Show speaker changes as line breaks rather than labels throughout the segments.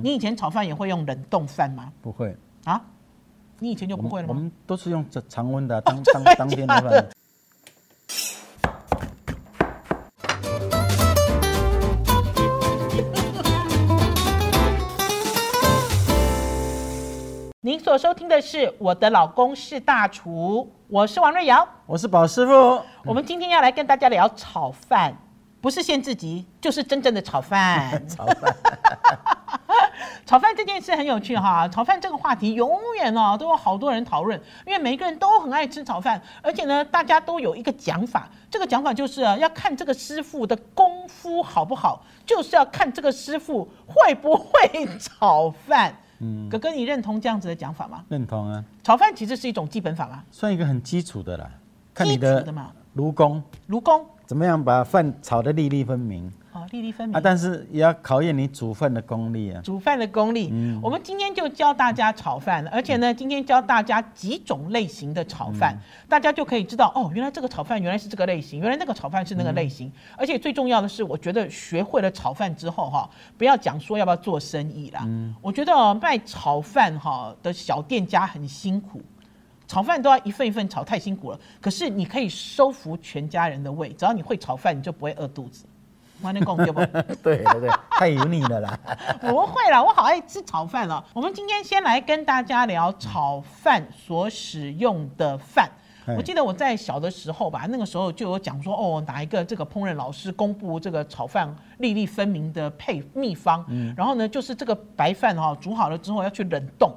你以前炒饭也会用冷冻饭吗？
不会，
啊，你以前就
我
不会了
们我
吗？哦
们都是用这常温的 啊、当当当天的饭。
您所收听的是《我的老公是大厨》，我是王瑞瑶。
我是宝师傅，
我们今天要来跟大家聊炒饭，不是限制级，就是真正的炒饭。
炒饭
炒饭这件事很有趣哈，炒饭这个话题永远哦都有好多人讨论，因为每个人都很爱吃炒饭，而且呢大家都有一个讲法，这个讲法就是啊要看这个师傅的功夫好不好，就是要看这个师傅会不会炒饭。嗯，哥哥，你认同这样子的讲法吗？
认同啊，
炒饭其实是一种基本法嘛，
算一个很基础的啦。看
基
你
础
的
的嘛，
炉工
炉工
怎么样把饭炒得粒粒分明
啊，粒粒分
啊，
明。
但是也要考验你煮饭的功力啊。
煮饭的功力，我们今天就教大家炒饭，而且呢，今天教大家几种类型的炒饭，大家就可以知道哦，原来这个炒饭原来是这个类型，原来那个炒饭是那个类型。而且最重要的是，我觉得学会了炒饭之后哈，不要讲说要不要做生意啦，我觉得哦卖炒饭哈的小店家很辛苦。炒饭都要一份一份炒，太辛苦了。可是你可以收服全家人的胃，只要你会炒饭，你就不会饿肚子。我跟你讲 对不？
对对对，太油腻了啦。
不会 啦，我好爱吃炒饭哦。我们今天先来跟大家聊炒饭所使用的饭。
哎
我记得我在小的时候吧，那个时候就有讲说，哦，哪一个这个烹饪老师公布这个炒饭粒粒分明的配秘方，然后呢，就是这个白饭哈、煮好了之后要去冷冻，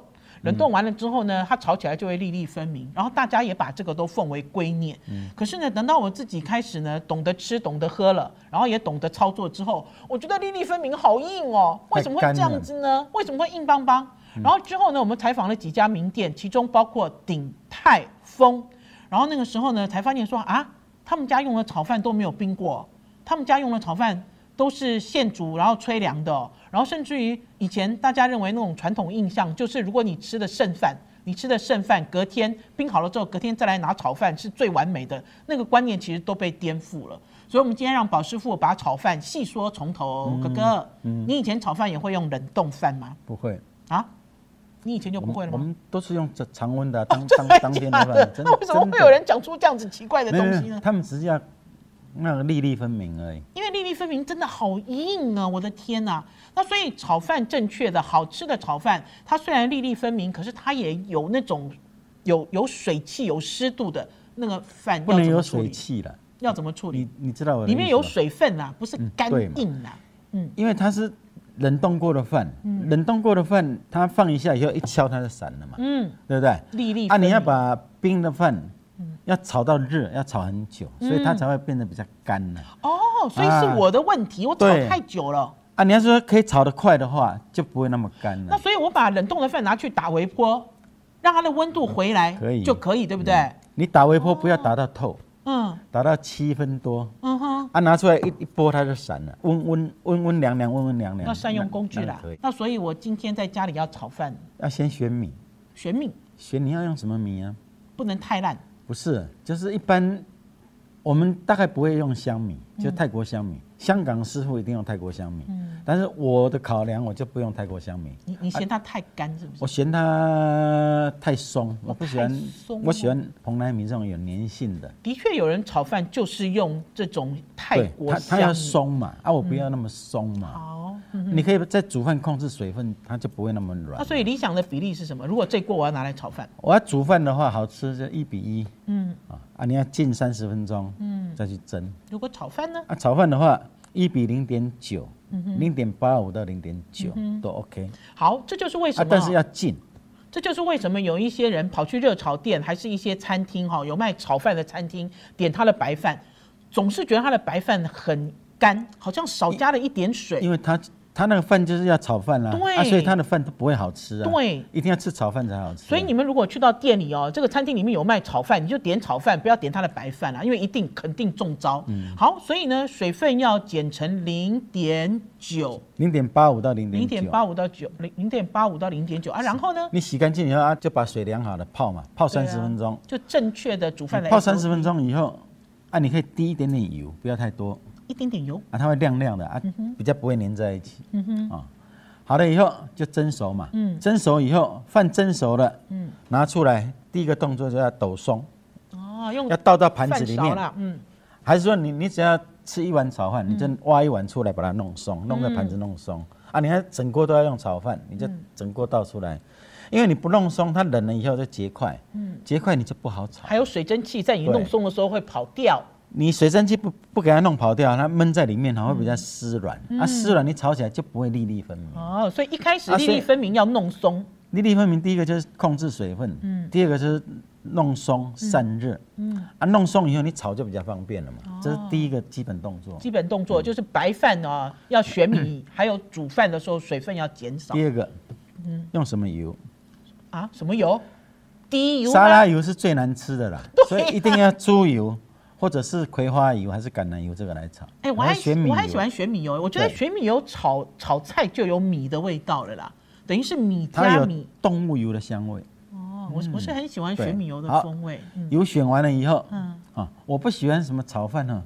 冷冻完了之后呢，它炒起来就会粒粒分明，然后大家也把这个都奉为圭臬。可是呢，等到我自己开始呢，懂得吃、懂得喝了，然后也懂得操作之后，我觉得粒粒分明好硬哦，为什么会
太干
这样
了嗯
子呢？为什么会硬邦邦？然后之后呢，我们采访了几家名店，其中包括鼎泰丰。然后那个时候呢，才发现说啊，他们家用的炒饭都没有冰过，他们家用的炒饭都是现煮然后吹凉的哦、然后甚至于以前大家认为那种传统印象，就是如果你吃的剩饭，你吃的剩饭隔天冰好了之后，隔天再来拿炒饭是最完美的，那个观念其实都被颠覆了。所以，我们今天让宝师傅把炒饭细说从头哦。
嗯
哥哥，你以前炒饭也会用冷冻饭吗？
不会，
啊，你以前就
我
不会了
们我
吗？
们都是用这常温的啊、 当当当天的
假的
饭。真的
那为什么
真
会
的
有人讲出这样子奇怪的
没有
东
没有
西呢？
他们只是要那个粒粒分明而已。
因为粒粒分明真的好硬啊！我的天呐、那所以炒饭正确的好吃的炒饭，它虽然粒粒分明，可是它也有那种有有水汽、有湿度的那个饭要
不能
怎
有
么处
水
理？
汽了。
要怎么处理
你？你知道我的
里
意
面
思
有
吗，
水分啊，不是干
对嘛
硬啊。
因为它是冷冻过的饭，冷冻过的饭它放一下以后一敲它就散了嘛，
嗯，
对不对？
粒粒
啊，
分明。嗯
你要把冰的饭要炒到热，要炒很久，所以它才会变得比较干呢。
哦，所以是
啊
我的问题，我炒
对
太久了。
啊，你要说可以炒得快的话，就不会那么干
那
了。
所以我把冷冻的饭拿去打微波，让它的温度回来
嗯可以
就可以，对不对？
你打微波不要打到透，
嗯
打到七分多，
嗯哼。
啊，拿出来一一拨它就散了，温温温温凉凉，温温凉凉。
要善用工具
那
啦
那可以。
那所以我今天在家里要炒饭，
要先选米，
选米
选你要用什么米啊？
不能太烂。
不是，就是一般我们大概不会用香米，
嗯
就泰国香米。香港师傅一定用泰国香米，但是我的考量我就不用泰国香米，
你你嫌它太干是不是？
我嫌它太松，我不喜欢
哦太松哦，
我喜欢蓬莱米这种有粘性的。
的确有人炒饭就是用这种泰
对，
国
它
香哦米。
它要
嗯
松嘛，啊，我不要那么松嘛。
好，
你可以在煮饭控制水分，它就不会那么
嗯那
软。
所以理想的比例是什么？如果这锅我要拿来炒饭，
我要煮饭的话，好吃就一比一
嗯，
啊啊！你要浸三十分钟，嗯，再去蒸。
如果炒饭呢？
啊，炒饭的话，一比零点九，
嗯
零点八五到零点九都 OK
好，这就是嗯为什
啊，
么。
但是要进，
这就是为什么有一些人跑去热炒店，还是一些餐厅哈、有卖炒饭的餐厅，点他的白饭，总是觉得他的白饭很干，好像少加了一点水。
因为它它那个饭就是要炒饭啦、啊，
对
所以它的饭都不会好吃啊，
对，
一定要吃炒饭才好吃啊、
所以你们如果去到店里哦，这个餐厅里面有卖炒饭，你就点炒饭，不要点它的白饭啊啦，因为一定肯定中招。
嗯
好，所以呢，水分要减成零点九，
零点八五到零
零
点
点
九，
八五到九，零零点八五到零点九啊。然后呢，
你洗干净以后啊，就把水凉好了泡嘛，泡
对啊
三十分钟，
就正确的煮饭
你
来
嗯泡三十分钟以后，啊，你可以滴一点点油，不要太多
一点点油。
啊，它会亮亮的啊，比较不会粘在一起，嗯哼，啊、好了以后就蒸熟嘛，
嗯
蒸熟以后饭蒸熟了，
嗯
拿出来第一个动作就要抖松，
哦，用
要倒到盘子
饭
里
勺
面，
啦，嗯，
还是说你你只要吃一碗炒饭，你就挖一碗出来把它弄
嗯
松，弄个盘子弄松、啊！你看整锅都要用炒饭，你就整锅倒出来，因为你不弄松，它冷了以后就结块，
嗯
结块你就不好炒。
还有水蒸气在你
对
弄松的时候会跑掉，
你水蒸气不不给它弄跑掉，它闷在里面哈会
嗯
比较湿软，啊湿软你炒起来就不会粒粒分明。
哦，所以一开始
啊
粒
所以
粒分明要弄松，
粒粒分明，第一个就是控制水分，
嗯
第二个就是弄松散热，啊弄松以后你炒就比较方便了嘛，这是第一个基本动作。
哦基本动
嗯
作就是白饭呢要选米，还有煮饭的时候水分要减少
第二个，
嗯
用什么油？
啊，什么油？低油
沙拉
吗？
油是最难吃的啦，
啊对啊
所以一定要猪油或者是葵花油还是橄榄油这个来炒。
哎，我
然
还
后选米
我还
油
喜欢选米油，我觉得
对
选米油炒炒菜就有米的味道了啦，等于是米
它
加
有
米。
动物油的香味。
哦，我是我是很喜欢
对
选米油的
好
风味，嗯
油选完了以后，
嗯
啊，我不喜欢什么炒饭哈，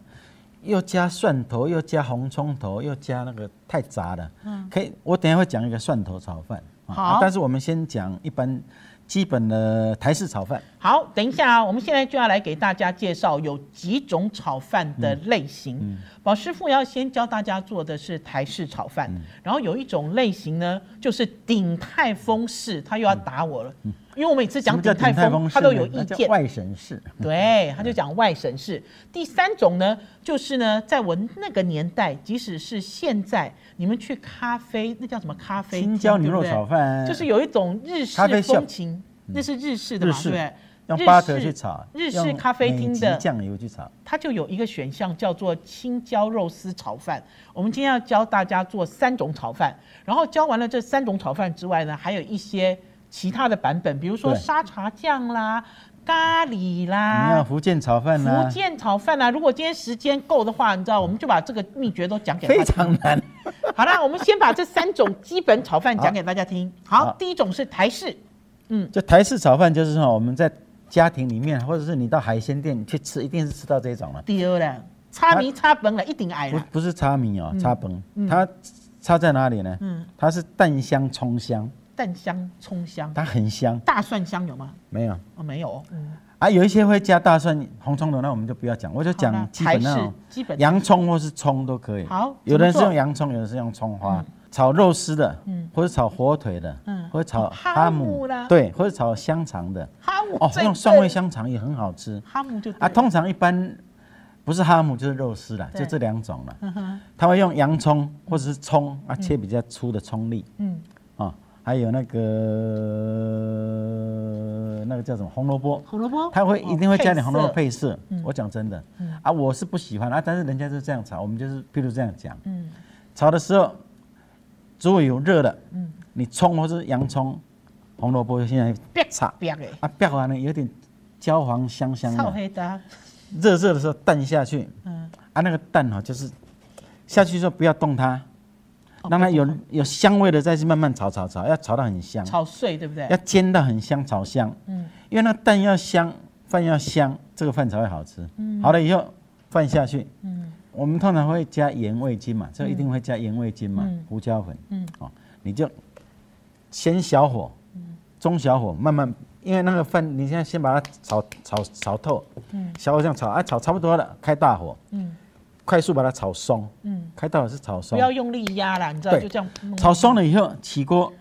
又加蒜头，又加红葱头，又加那个太杂了。可以，我等一下会讲一个蒜头炒饭。啊
嗯好
但是我们先讲一般基本的台式炒饭。
好，等一下啊，我们现在就要来给大家介绍有几种炒饭的类型。
嗯
宝师傅要先教大家做的是台式炒饭，
嗯
然后有一种类型呢，就是鼎泰丰式，他又要打我了，因为我每次
嗯什
讲
么叫
泰
鼎泰丰式呢？
他都有意
那叫
见。
外省式。
对，他就讲外省市。第三种呢，就是呢，在我那个年代，即使是现在，你们去咖啡，那叫什么咖啡厅？
青椒
对
牛
不
肉
对
炒饭
就是有一种日
咖啡
式
shop
风情，那是日式的嘛，
日
对
式
不对？
用
日
巴特去
式
炒，
日式
用
咖啡
美
厅
极
的
酱油去炒。
它就有一个选项叫做青椒肉丝炒饭。我们今天要教大家做三种炒饭，然后教完了这三种炒饭之外呢，还有一些其他的版本，比如说
对
沙茶酱啦、咖喱
你看
啦、
福建炒饭
啊福
呢，
建炒饭啊啦。如果今天时间够的话，你知道，我们就把这个秘诀都讲给
非
大家。
常难。
好啦，我们先把这三种基本炒饭讲给大家听。好，
好
第一种是台式，嗯
就台式炒饭就是哈，我们在家庭里面，或者是你到海鲜店去吃，一定是吃到这种了，
第二啦，叉米叉本了，一定矮
不
了。
不是叉米哦，叉崩，它差在哪里呢？
嗯
它是蛋香葱香，
蛋香、葱香、
它很香，
大蒜香有吗？
没有
哦，没有哦。嗯。
啊，有一些会加大蒜、红葱的，那我们就不要讲，我就
好
讲
啦
基本啊那
台式
种
基本
洋葱或是葱都可以。
好
有的人是
怎么
用
做
洋葱，有的是用葱花，炒肉丝的，或者炒火腿的，
嗯
或者炒
哈
哈
姆
姆
啦
对，或者炒香肠的，
哈姆
哦，
最
用蒜味
对
香肠也很好吃。
哈姆就
啊，
啊
通常一般不是哈姆就是肉丝啦，
对
就这两种啦。
嗯哼
他会用洋葱或者是葱啊，切比较粗的葱粒
嗯
啊，还有那个那个叫什么红萝卜，
红萝卜，
他会
哦
一定会加点红萝卜
色嗯
配色。我讲真的啊，我是不喜欢啊，但是人家就是这样炒，我们就是譬如这样讲，
嗯
炒的时候猪油热了，
嗯
你葱或是洋葱、红萝卜现在
别
炒
别诶，
啊，煸完了有点焦黄香香
超
的。
黑的，
热热的时候蛋下去，
嗯
啊，那个蛋哈、就是下去之后不要动它，
哦
让它
不
有
懂
有香味的再去慢慢炒炒炒，要炒到很香，
炒碎对不对
要？煎到很香，炒香。
嗯
因为那个蛋要香，饭要香，这个饭才会好吃。好了以后饭下去，
嗯
我们通常会加盐味精嘛，这一定会加盐味精嘛，
嗯
胡椒粉。
嗯
哦，你就先小火，中小火慢慢，因为那个饭你现在先把它炒炒炒透，
嗯
小火这样炒，啊，炒差不多了，开大火，
嗯
快速把它炒松，
嗯，
开大火是炒
不
松，
要用力压啦，你知道
对
就这样嗯弄
炒松了以后起锅，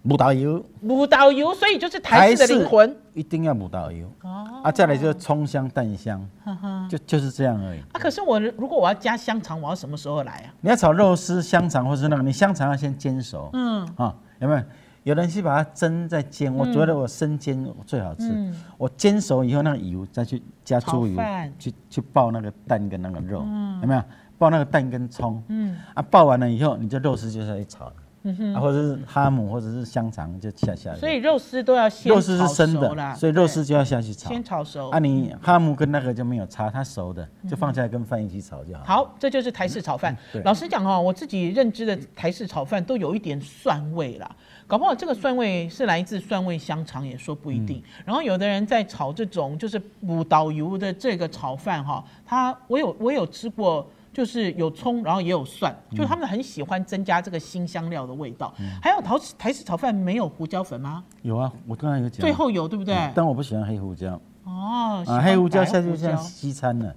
母导油，
母导油，所以就是台式的灵魂
一定要母导油，
哦。
啊，再来就是葱香蛋香，
呵呵
就就是这样而已。
啊，可是我如果我要加香肠，我要什么时候来啊？
你要炒肉丝、香肠或是那个，你香肠要先煎熟，
嗯，
啊，有没有？有人去把它蒸再煎，我觉得我生煎最好吃。
嗯
我煎熟以后，那个油再去加
炒
猪油
饭，
去去爆那个蛋跟那个肉，有没有？爆那个蛋跟葱，
嗯
啊，爆完了以后，你就肉丝就下去炒了，
嗯
啊，或者是哈姆或者是香肠就下下去。
所以肉丝都要先
肉丝是
炒
生
熟啦
的，所以肉丝
对
就要下去炒。
先炒熟
啊，。你哈姆跟那个就没有差，它熟的就放下来跟饭一起炒就好。，
嗯好，这就是台式炒饭。
嗯对
老实讲哦，我自己认知的台式炒饭都有一点蒜味啦，搞不好这个蒜味是来自蒜味香肠也说不一定。
嗯
然后有的人在炒这种就是补导油的这个炒饭哈、他我有我有吃过就是有葱，然后也有蒜，
嗯
就是他们很喜欢增加这个新香料的味道。还有台式台式炒饭没有胡椒粉吗？
有啊，我刚才有讲。
最后有对不对？
嗯但我不喜欢黑胡椒
哦，喜
啊，
欢
黑胡椒
白
下去
胡
像
椒嗯
西餐了。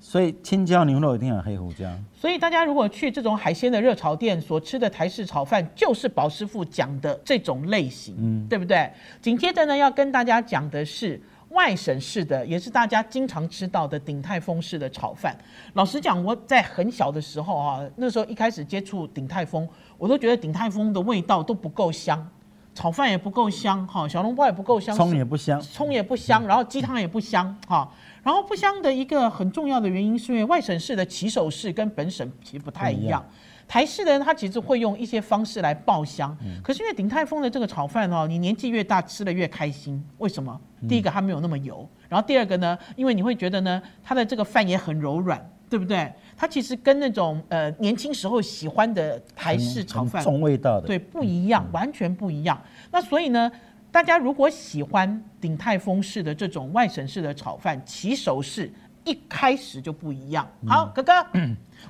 所以青椒牛肉一定要有黑胡椒。
所以大家如果去这种海鲜的热炒店所吃的台式炒饭，就是宝师傅讲的这种类型，对不对？紧接着呢，要跟大家讲的是外省式的，也是大家经常吃到的鼎泰丰式的炒饭。老实讲，我在很小的时候啊，那时候一开始接触鼎泰丰，我都觉得鼎泰丰的味道都不够香，炒饭也不够香，哈，小笼包也不够香，
葱也不香，
葱也不香，然后鸡汤也不香哈、然后不香的一个很重要的原因，是因为外省市的起手式跟本省其实不太一
不一
样
样。
台式的人他其实会用一些方式来爆香，
嗯
可是因为鼎泰丰的这个炒饭哦，你年纪越大吃的越开心，为什么？
嗯
第一个它没有那么油，然后第二个呢，因为你会觉得呢，它的这个饭也很柔软，对不对？它其实跟那种呃年轻时候喜欢的台式炒
很
饭
重味道的。嗯
对，不一样，完全不一样。那所以呢，大家如果喜欢鼎泰丰式的这种外省式的炒饭，起手式一开始就不一样。好，哥 哥，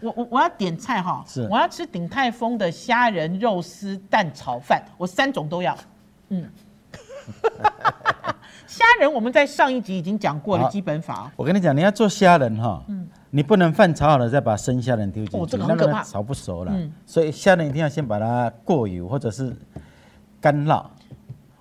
我我我要点菜哈，
嗯是
我要吃鼎泰丰的虾仁肉丝蛋炒饭，我三种都要。嗯， 虾仁我们在上一集已经讲过了
好
基本法，哦
我跟你讲，你要做虾仁哈，你不能饭炒好了再把生虾仁丢进去，
嗯哦这个很
那
可
个
怕
炒不熟了。
嗯
所以虾仁一定要先把它过油或者是干烙。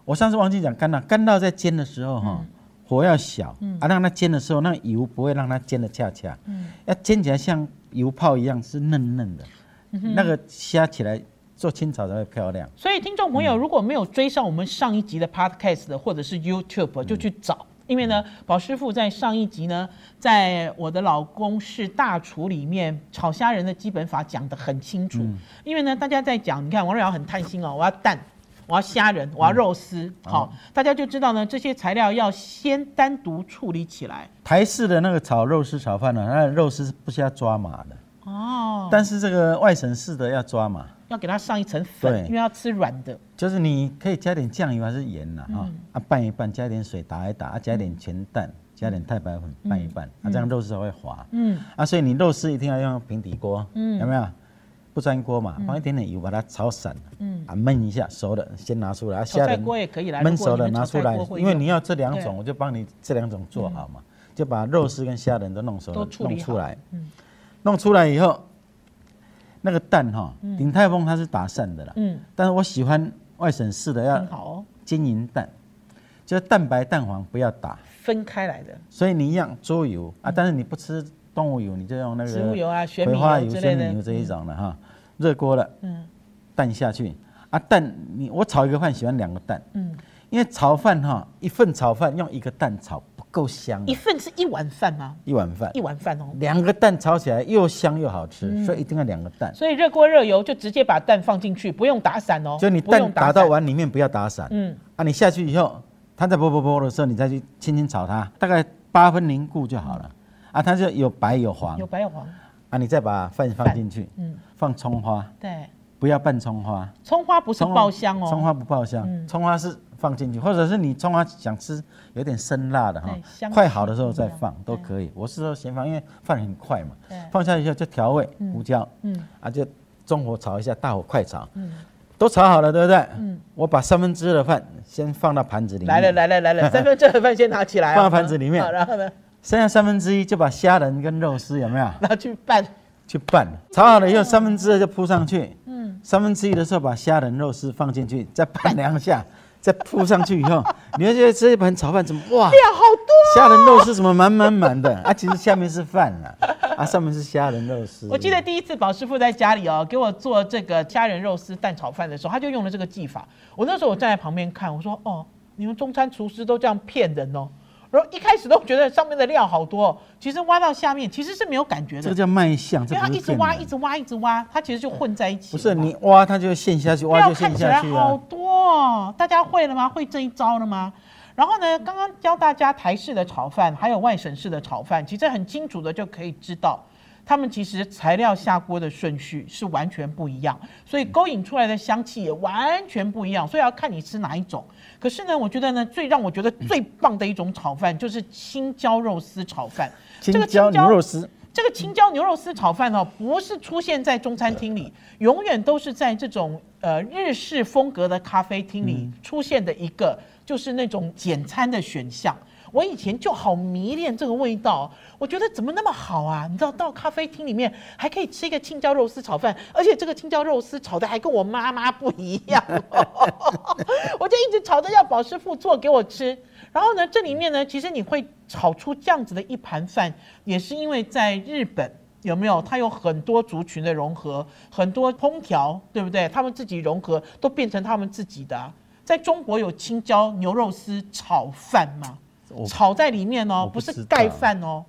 我上次忘记讲干烙，干烙在煎的时候哈，
嗯
火要小、啊，让它煎的时候，那油不会让它煎的恰恰，
嗯
要煎起来像油泡一样是嫩嫩的，
嗯
那个虾起来做清炒才会漂亮。
所以，听众朋友
嗯
如果没有追上我们上一集的 Podcast 的或者是
嗯
YouTube，就去找。因为呢，宝师傅在上一集呢，在我的老公是大厨里面炒虾仁的基本法讲得很清楚。
嗯
因为呢，大家在讲，你看王瑞瑶很贪心哦，我要蛋，我要虾
嗯
仁，我要肉丝，
哦
好、大家就知道呢，这些材料要先单独处理起来。
台式的那个炒肉丝炒饭呢、那肉丝是不需要抓麻的，
哦，
但是这个外省式的要抓麻。
要给它上一层粉，
对
因为要吃软的。
就是你可以加点酱油还是盐
嗯
呐、哈、啊拌一拌，加点水打一打，啊加点全蛋，加点太白粉拌一拌，啊这样肉丝才会滑，
嗯
啊所以你肉丝一定要用平底锅，有没有？不粘锅
嗯
嘛，放一点点油把它炒散，啊焖一下熟了先拿出来，啊
炒
虾
菜
仁
锅也可以啦，
焖熟
如果
了
你们
拿
炒
出
菜
来
锅会，
因为
用
你要这两
对嗯
种，我就帮你这两种做好嘛，就把肉丝跟虾仁都弄熟
都
了，
处理
弄出
好嗯
来，弄出来以后，那个蛋哈，鼎泰丰它是打散的啦，
嗯
但是我喜欢外省式的要
很好哦。
金银蛋，就是蛋白蛋黄不要打，
分开来的，
所以你一样猪油啊，但是你不吃动物油，你就用那个
嗯植物油啊玄米
葵花
油
油、
之类
玄
的
米油这一种了哈。热锅了，
嗯
蛋下去啊，蛋你我炒一个饭喜欢两个蛋，
嗯，
因为炒饭哈，一份炒饭用一个蛋炒不够香啊，
一份是一碗饭吗？
一碗饭
一碗饭哦。
两个蛋炒起来又香又好
嗯
吃，所以一定要两个蛋。
所以热锅热油就直接把蛋放进去，不用打散哦。
就你
不用
蛋打到
散，
碗里面不要打散，
嗯
啊，你下去以后，它在啵啵啵的时候，你再去轻轻炒它，大概八分凝固就好了。啊，它就有白有黄
嗯有白有黄，
啊，你再把饭放进去，
嗯
放葱花，
对，
不要拌葱花，
葱花不是
葱花
爆香哦，
葱花不爆香，葱花是放进去，或者是你葱花想吃有点生辣的哈
对哎香，
快好的时候再放
气不一
都
样
可以。我是说先放，因为饭很快嘛
对，
放下去以后就调味胡椒，
嗯
啊，就中火炒一下，大火快炒，都炒好了，对不对？我把三分之二的饭先放到盘子里
嗯
面，
来了来了来了，三分之二的饭先拿起来哦，
放到盘子里面
好然后呢，
剩下三分之一就把虾仁跟肉丝有没有
拿去拌，
去拌？炒好了以后，三分之二就铺上去。
嗯
三分之一的时候把虾仁、肉丝放进去，再拌两下，再铺上去以后， 你会觉得这一盘炒饭怎么哇？
量好多。
虾仁肉丝怎么满满满的？啊，其实下面是饭啦、啊，上面是虾仁肉丝。
我记得第一次宝师傅在家里哦，给我做这个虾仁肉丝蛋炒饭的时候，他就用了这个技法。我那时候我站在旁边看，我说：“哦，你们中餐厨师都这样骗人哦。”然后一开始都觉得上面的料好多哦，其实挖到下面其实是没有感觉
这
的
个，叫卖相，
因
这
为
不
它
是
一直
骗
挖，
人
一直挖，一直挖，它其实就混在一起
不
了嘛。
是你挖它就陷下去，挖
料
就
看
陷
起来
下去
好
啊。
多、哦，大家会了吗？会这一招了吗？然后呢，刚刚教大家台式的炒饭，还有外省式的炒饭，其实很清楚的就可以知道，他们其实材料下锅的顺序是完全不一样，所以勾引出来的香气也完全不一样，所以要看你吃哪一种。可是呢，我觉得呢，最让我觉得最棒的一种炒饭就是青椒肉丝炒饭，
青椒牛肉丝，
这这个青椒牛肉丝炒饭哦，不是出现在中餐厅里，永远都是在这种呃日式风格的咖啡厅里出现的一个，就是那种简餐的选项。我以前就好迷恋这个味道，我觉得怎么那么好啊？你知道，到咖啡厅里面还可以吃一个青椒肉丝炒饭，而且这个青椒肉丝炒的还跟我妈妈不一样， 我就一直吵着要宝师傅做给我吃。然后呢，这里面呢，其实你会炒出这样子的一盘饭，也是因为在日本。有没有？它有很多族群的融合，很多烹调，对不对？他们自己融合，都变成他们自己的啊、在中国有青椒牛肉丝炒饭吗？
我
炒在里面
我
哦，
不
不
知
是
道
盖饭哦，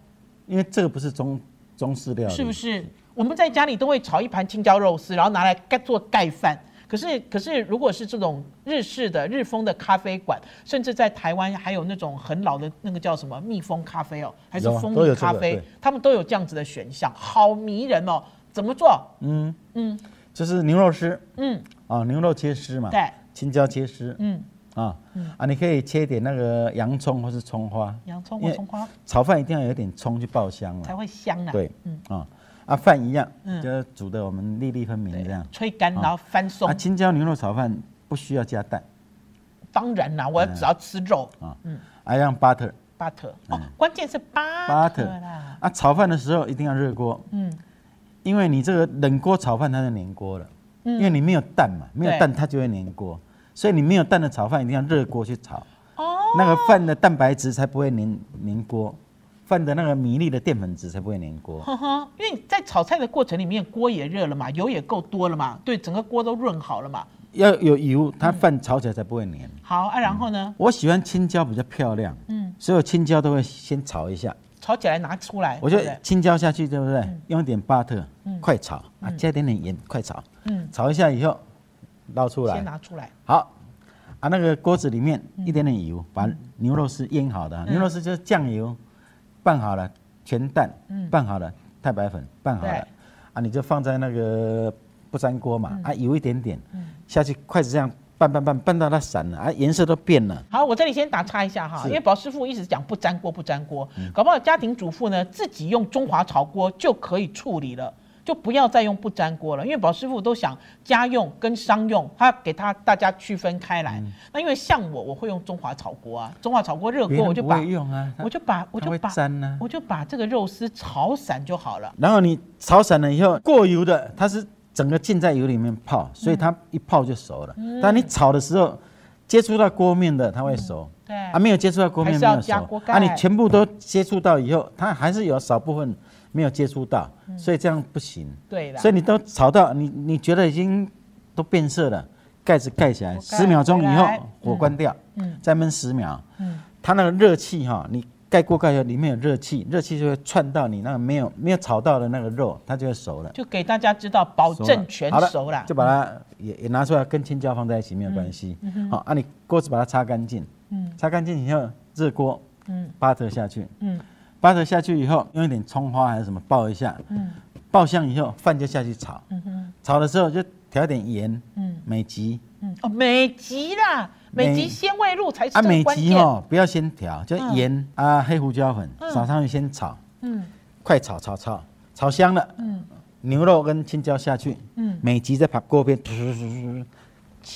因为这个不是中中式料理，
是不？是？我们在家里都会炒一盘青椒肉丝，然后拿来盖做盖饭。可是，可是如果是这种日式的日风的咖啡馆，甚至在台湾还有那种很老的那个叫什么蜜蜂咖啡哦，还是
有啊
蜂
都有
蜜
这
咖
个
啡
对，
他们都有这样子的选项，好迷人哦！怎么做？
啊就是牛肉丝
嗯，
啊，牛肉切丝嘛，
对，
青椒切丝，
嗯，
啊啊，你可以切一点那个洋葱或是葱花，
洋葱
因
或
为
葱花
炒饭一定要有点葱去爆香
才
了，
会香啊。
对，啊啊饭一样，
嗯
就是煮的我们粒粒分明这样。
吹干然后翻松
啊，。青椒牛肉炒饭不需要加蛋
当然啦，
嗯
我只要吃肉
啊，
嗯
啊让 butter
，butter 哦，关键是 butter
嗯 butter
啦。
啊，炒饭的时候一定要热锅，
嗯，
因为你这个冷锅炒饭它就粘锅了，
嗯
因为你没有蛋嘛，没有蛋它就会粘锅，所以你没有蛋的炒饭一定要热锅去炒，
哦。
那个饭的蛋白质才不会粘粘锅，饭的那个米粒的淀粉质才不会粘锅。
呵呵，因为你在炒菜的过程里面，锅也热了嘛，油也够多了嘛，对，整个锅都润好了嘛。
要有油，它饭炒起来才不会粘。
好
嗯
啊，然后呢，
我喜欢青椒比较漂亮，嗯，所以我青椒都会先炒一下，
炒起来拿出来，
我
对
就
不对嗯
青椒下去，对不对？用一点巴特，快炒啊，加一点点盐，快炒，
嗯
炒一下以后捞出来
先，拿出来，
好啊，那个锅子里面
嗯
一点点油，把牛肉丝腌好的啊，牛肉丝就是酱油拌好了，全蛋拌好了，太白粉拌好了
嗯对，嗯
啊，你就放在那个不粘锅嘛，啊，油一点点下去，筷子这样拌拌拌拌到它散了，啊，颜色都变了。
好，我这里先打岔一下哈，
是
因为宝师傅一直讲不粘锅不粘锅，搞不好家庭主妇呢自己用中华炒锅就可以处理了。就不要再用不粘锅了，因为宝师傅都想家用跟商用，他给他大家区分开来。
嗯
那因为像我，我会用中华炒锅啊，中华炒锅热
别
锅
人
我就
不
把
会用啊，它
我就把我
它
就
会
把
粘啊
我就把这个肉丝炒散就好了。
然后你炒散了以后，过油的它是整个浸在油里面泡，
嗯
所以它一泡就熟了。但你炒的时候接触到锅面的，它会熟。
对
啊，没有接触到锅面
还是
没
要
有熟
加锅，盖
啊，你全部都接触到以后，它还是有少部分没有接触到，所以这样不行。
嗯对啦，
所以你都炒到你你觉得已经都变色了，盖子盖起来，
锅盖
十秒钟以后
回来
火关掉，
嗯
再焖十秒，
嗯
它那个热气哈、你盖锅盖以后里面有热气，热气就会窜到你那个没有没有炒到的那个肉，它就会熟了。
就给大家知道保
熟了
证全
好了
熟啦
就。把它也也拿出来跟青椒放在一起没有关系。
嗯
好，啊，你锅子把它擦干净，擦干净以后热锅，嗯，巴特下去，
嗯
嗯，巴特下去以后用一点葱花还是什么爆一下，嗯，爆香以后饭就下去炒，炒的时候就调一点盐，嗯，美极
嗯哦，美极啦，美极
美
鲜味露才是
啊，
这个
美
关
极
键。
哦，不要先调，就
嗯
盐啊黑胡椒粉
嗯
撒上去先炒，
嗯
快炒炒炒，炒香了，
嗯
牛肉跟青椒下去，
嗯
美极再把锅边突突突突突，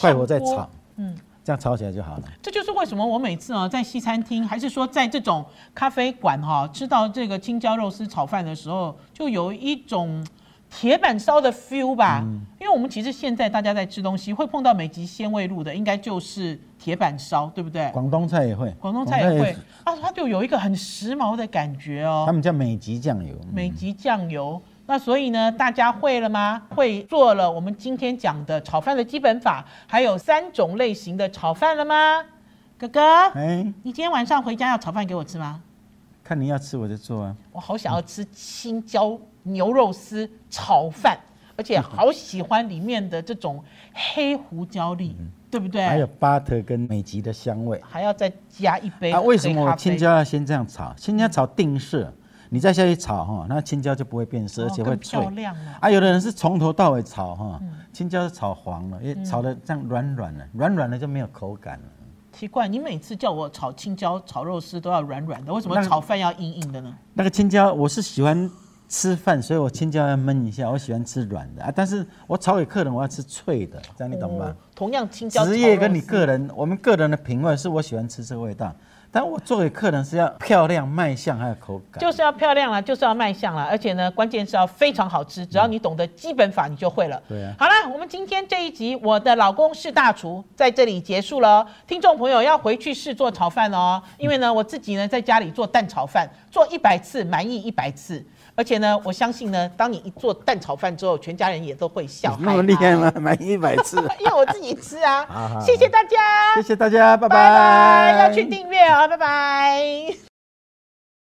快火再
上锅
炒，
嗯，
这样炒起来就好了。
这就是为什么我每次啊在西餐厅，还是说在这种咖啡馆哈、吃到这个青椒肉丝炒饭的时候，就有一种铁板烧的 feel 吧。
嗯
因为我们其实现在大家在吃东西会碰到美极鲜味露的，应该就是铁板烧，对不对？
广东菜也会，
广东菜也会，啊，它就有一个很时髦的感觉哦
他。们叫美极酱油，
美极酱油。那所以呢，大家会了吗？会做了我们今天讲的炒饭的基本法，还有三种类型的炒饭了吗？哥哥，
哎，
你今天晚上回家要炒饭给我吃吗？
看你要吃我就做啊。
我好想要吃青椒牛肉丝炒饭，而且好喜欢里面的这种黑胡椒粒，对不
嗯还有
对？
巴特跟美极的香味
还要再加一杯
啊！为什
黑
么
咖
我
啡
青椒要先这样炒？青椒炒定色，你再下去炒哈，那青椒就不会变色，
哦
而且会
更
脆
漂。亮了？
啊，有的人是从头到尾炒哈，青椒是炒黄了，也炒的这样软软的，软软的就没有口感了。
奇怪，你每次叫我炒青椒、炒肉丝都要软软的，为什么
那
炒饭要硬硬的呢？
那个青椒我是喜欢吃饭，所以我青椒要焖一下，我喜欢吃软的啊，但是我炒给客人，我要吃脆的，这样你懂吗
哦？同样青椒
职业
炒
跟
肉
你
丝
个人，我们个人的品味是我喜欢吃这个味道，但我做给客人是要漂亮、卖相还有口感。
就是要漂亮啦，就是要卖相啦，而且呢，关键是要非常好吃。只要你懂得基本法，你就会了。
对啊
好啦，我们今天这一集《我的老公是大厨》在这里结束了哦。听众朋友要回去试做炒饭哦，因为呢，我自己呢在家里做蛋炒饭，做一百次满意一百次。而且呢，我相信呢，当你一做蛋炒饭之后，全家人也都会笑。
那么厉害？吗？买一百 次，
因为我自己吃啊。
好好好
谢谢大家，
谢谢大家，拜
拜拜，
拜。
要去订阅哦，拜拜。